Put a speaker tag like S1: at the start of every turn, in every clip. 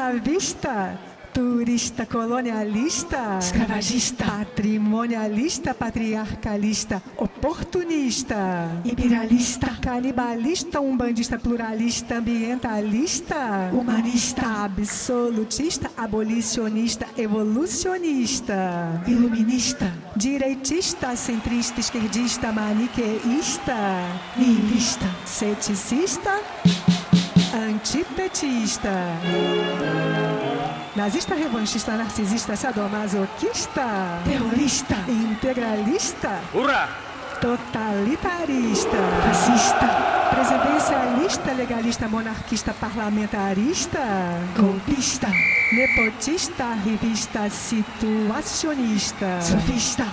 S1: colonialista, turista colonialista,
S2: escravagista,
S1: patrimonialista, patriarcalista, oportunista,
S2: imperialista,
S1: canibalista, umbandista, pluralista, ambientalista,
S2: humanista,
S1: absolutista, abolicionista, evolucionista,
S2: iluminista,
S1: direitista, centrista, esquerdista, maniqueísta,
S2: niilista,
S1: ceticista, antipetista. Nazista, revanchista, narcisista, sadomasoquista.
S2: terrorista,
S1: Integralista.
S3: Hurra!
S1: Totalitarista.
S2: fascista,
S1: Presidencialista, legalista, monarquista, parlamentarista.
S2: golpista,
S1: Nepotista, revista, situacionista.
S2: sofista,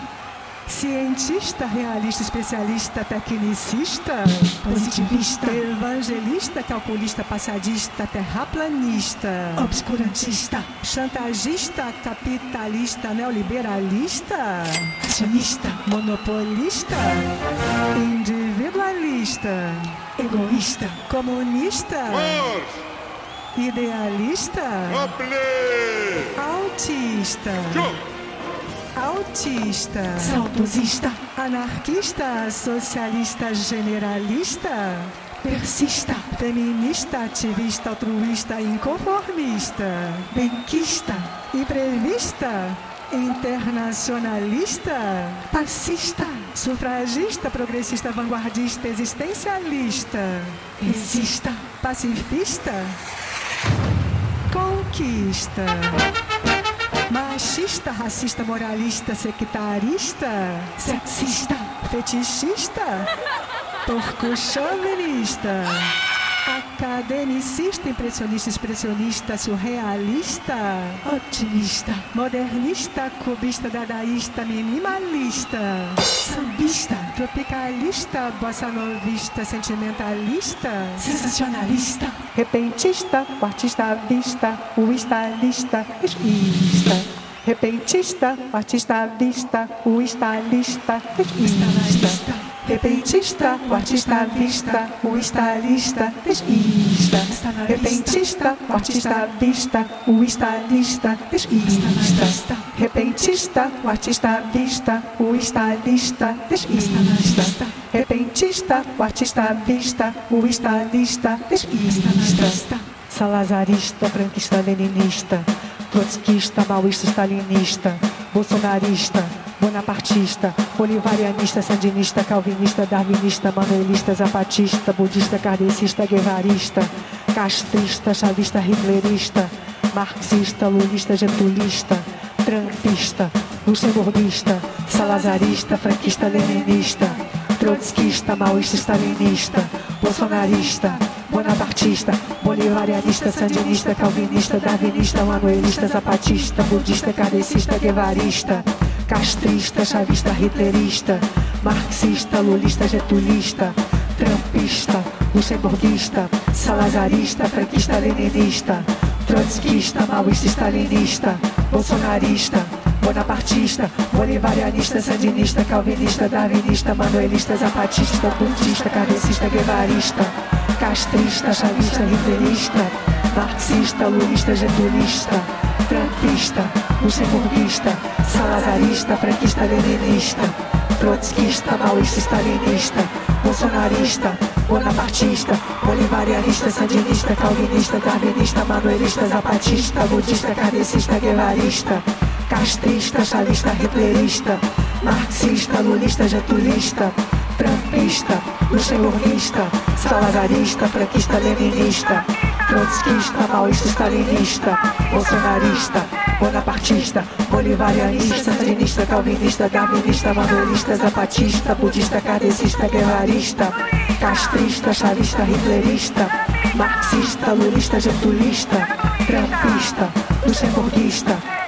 S1: Cientista, realista, especialista, tecnicista.
S2: positivista,
S1: Evangelista, calculista, passadista, terraplanista.
S2: obscurantista,
S1: Chantagista, capitalista, neoliberalista,
S2: acionista,
S1: monopolista, individualista,
S2: egoísta,
S1: comunista,
S4: Mors!
S1: idealista,
S4: Oplê!
S1: autista,
S4: Jô!
S1: autista,
S2: saudosista,
S1: anarquista, socialista, generalista,
S2: persista,
S1: feminista, ativista, altruísta, inconformista,
S2: benquista,
S1: imprevista, internacionalista.
S2: passista,
S1: Sufragista, progressista, vanguardista, existencialista,
S2: resista,
S1: pacifista, conquista, machista, racista, moralista, sectarista,
S2: sexista,
S1: fetichista, porco-chauvinista, academicista, impressionista, expressionista, surrealista,
S2: otimista,
S1: modernista, cubista, dadaísta, minimalista.
S2: sambista,
S1: Tropicalista, bossa novista, sentimentalista,
S2: sensacionalista,
S1: repentista, artista à vista, o estalista, esquista. Repentista, artista à vista, o estalista, esquista.
S2: estalista,
S1: Repentista, o artista à vista, o estalista, esquista. Repentista, o artista à vista, o estalista, esquista. Repentista, o artista à vista, o estalista, esquista. Repentista, o artista à vista, o estalista, esquista. Salazarista, franquista, leninista, trotskista, maoísta, stalinista, bolsonarista, bonapartista, bolivarianista, sandinista, calvinista, darwinista, manuelista, zapatista, budista, kardecista, guevarista, castrista, chavista, hitlerista, marxista, lulista, getulista, trampista, luxemburguista, salazarista, franquista, leninista, trotskista, maoísta, stalinista, bolsonarista, bonapartista, bolivarianista, sandinista, calvinista, darwinista, manuelista, zapatista, budista, kardecista, guevarista, castrista, chavista, hitlerista, marxista, lulista, getulista, trampista, luxemburguista, salazarista, franquista, leninista, trotskista, maoísta, stalinista, bolsonarista, Bonapartista, bolivarianista, sandinista, calvinista, darwinista, manuelista, zapatista, budista, kardecista, guevarista, castrista, chavista, hitlerista, marxista, lulista, getulista, trampista, luxemburguista, salazarista, franquista, leninista, trotskista, maoísta, stalinista, bolsonarista, bonapartista, bolivarianista, sandinista, calvinista, darwinista, manuelista, zapatista, budista, kardecista, guevarista, castrista, chavista, hitlerista, marxista, lulista, getulista, trampista, luxemburguista, salazarista, franquista, leninista, trotskista, maoísta, stalinista, bolsonarista, bonapartista, bolivarianista, sandinista, calvinista, darwinista, manuelista, zapatista, budista, kardecista, guevarista, castrista, chavista, hitlerista, marxista, lulista, getulista, trampista, luxemburguista,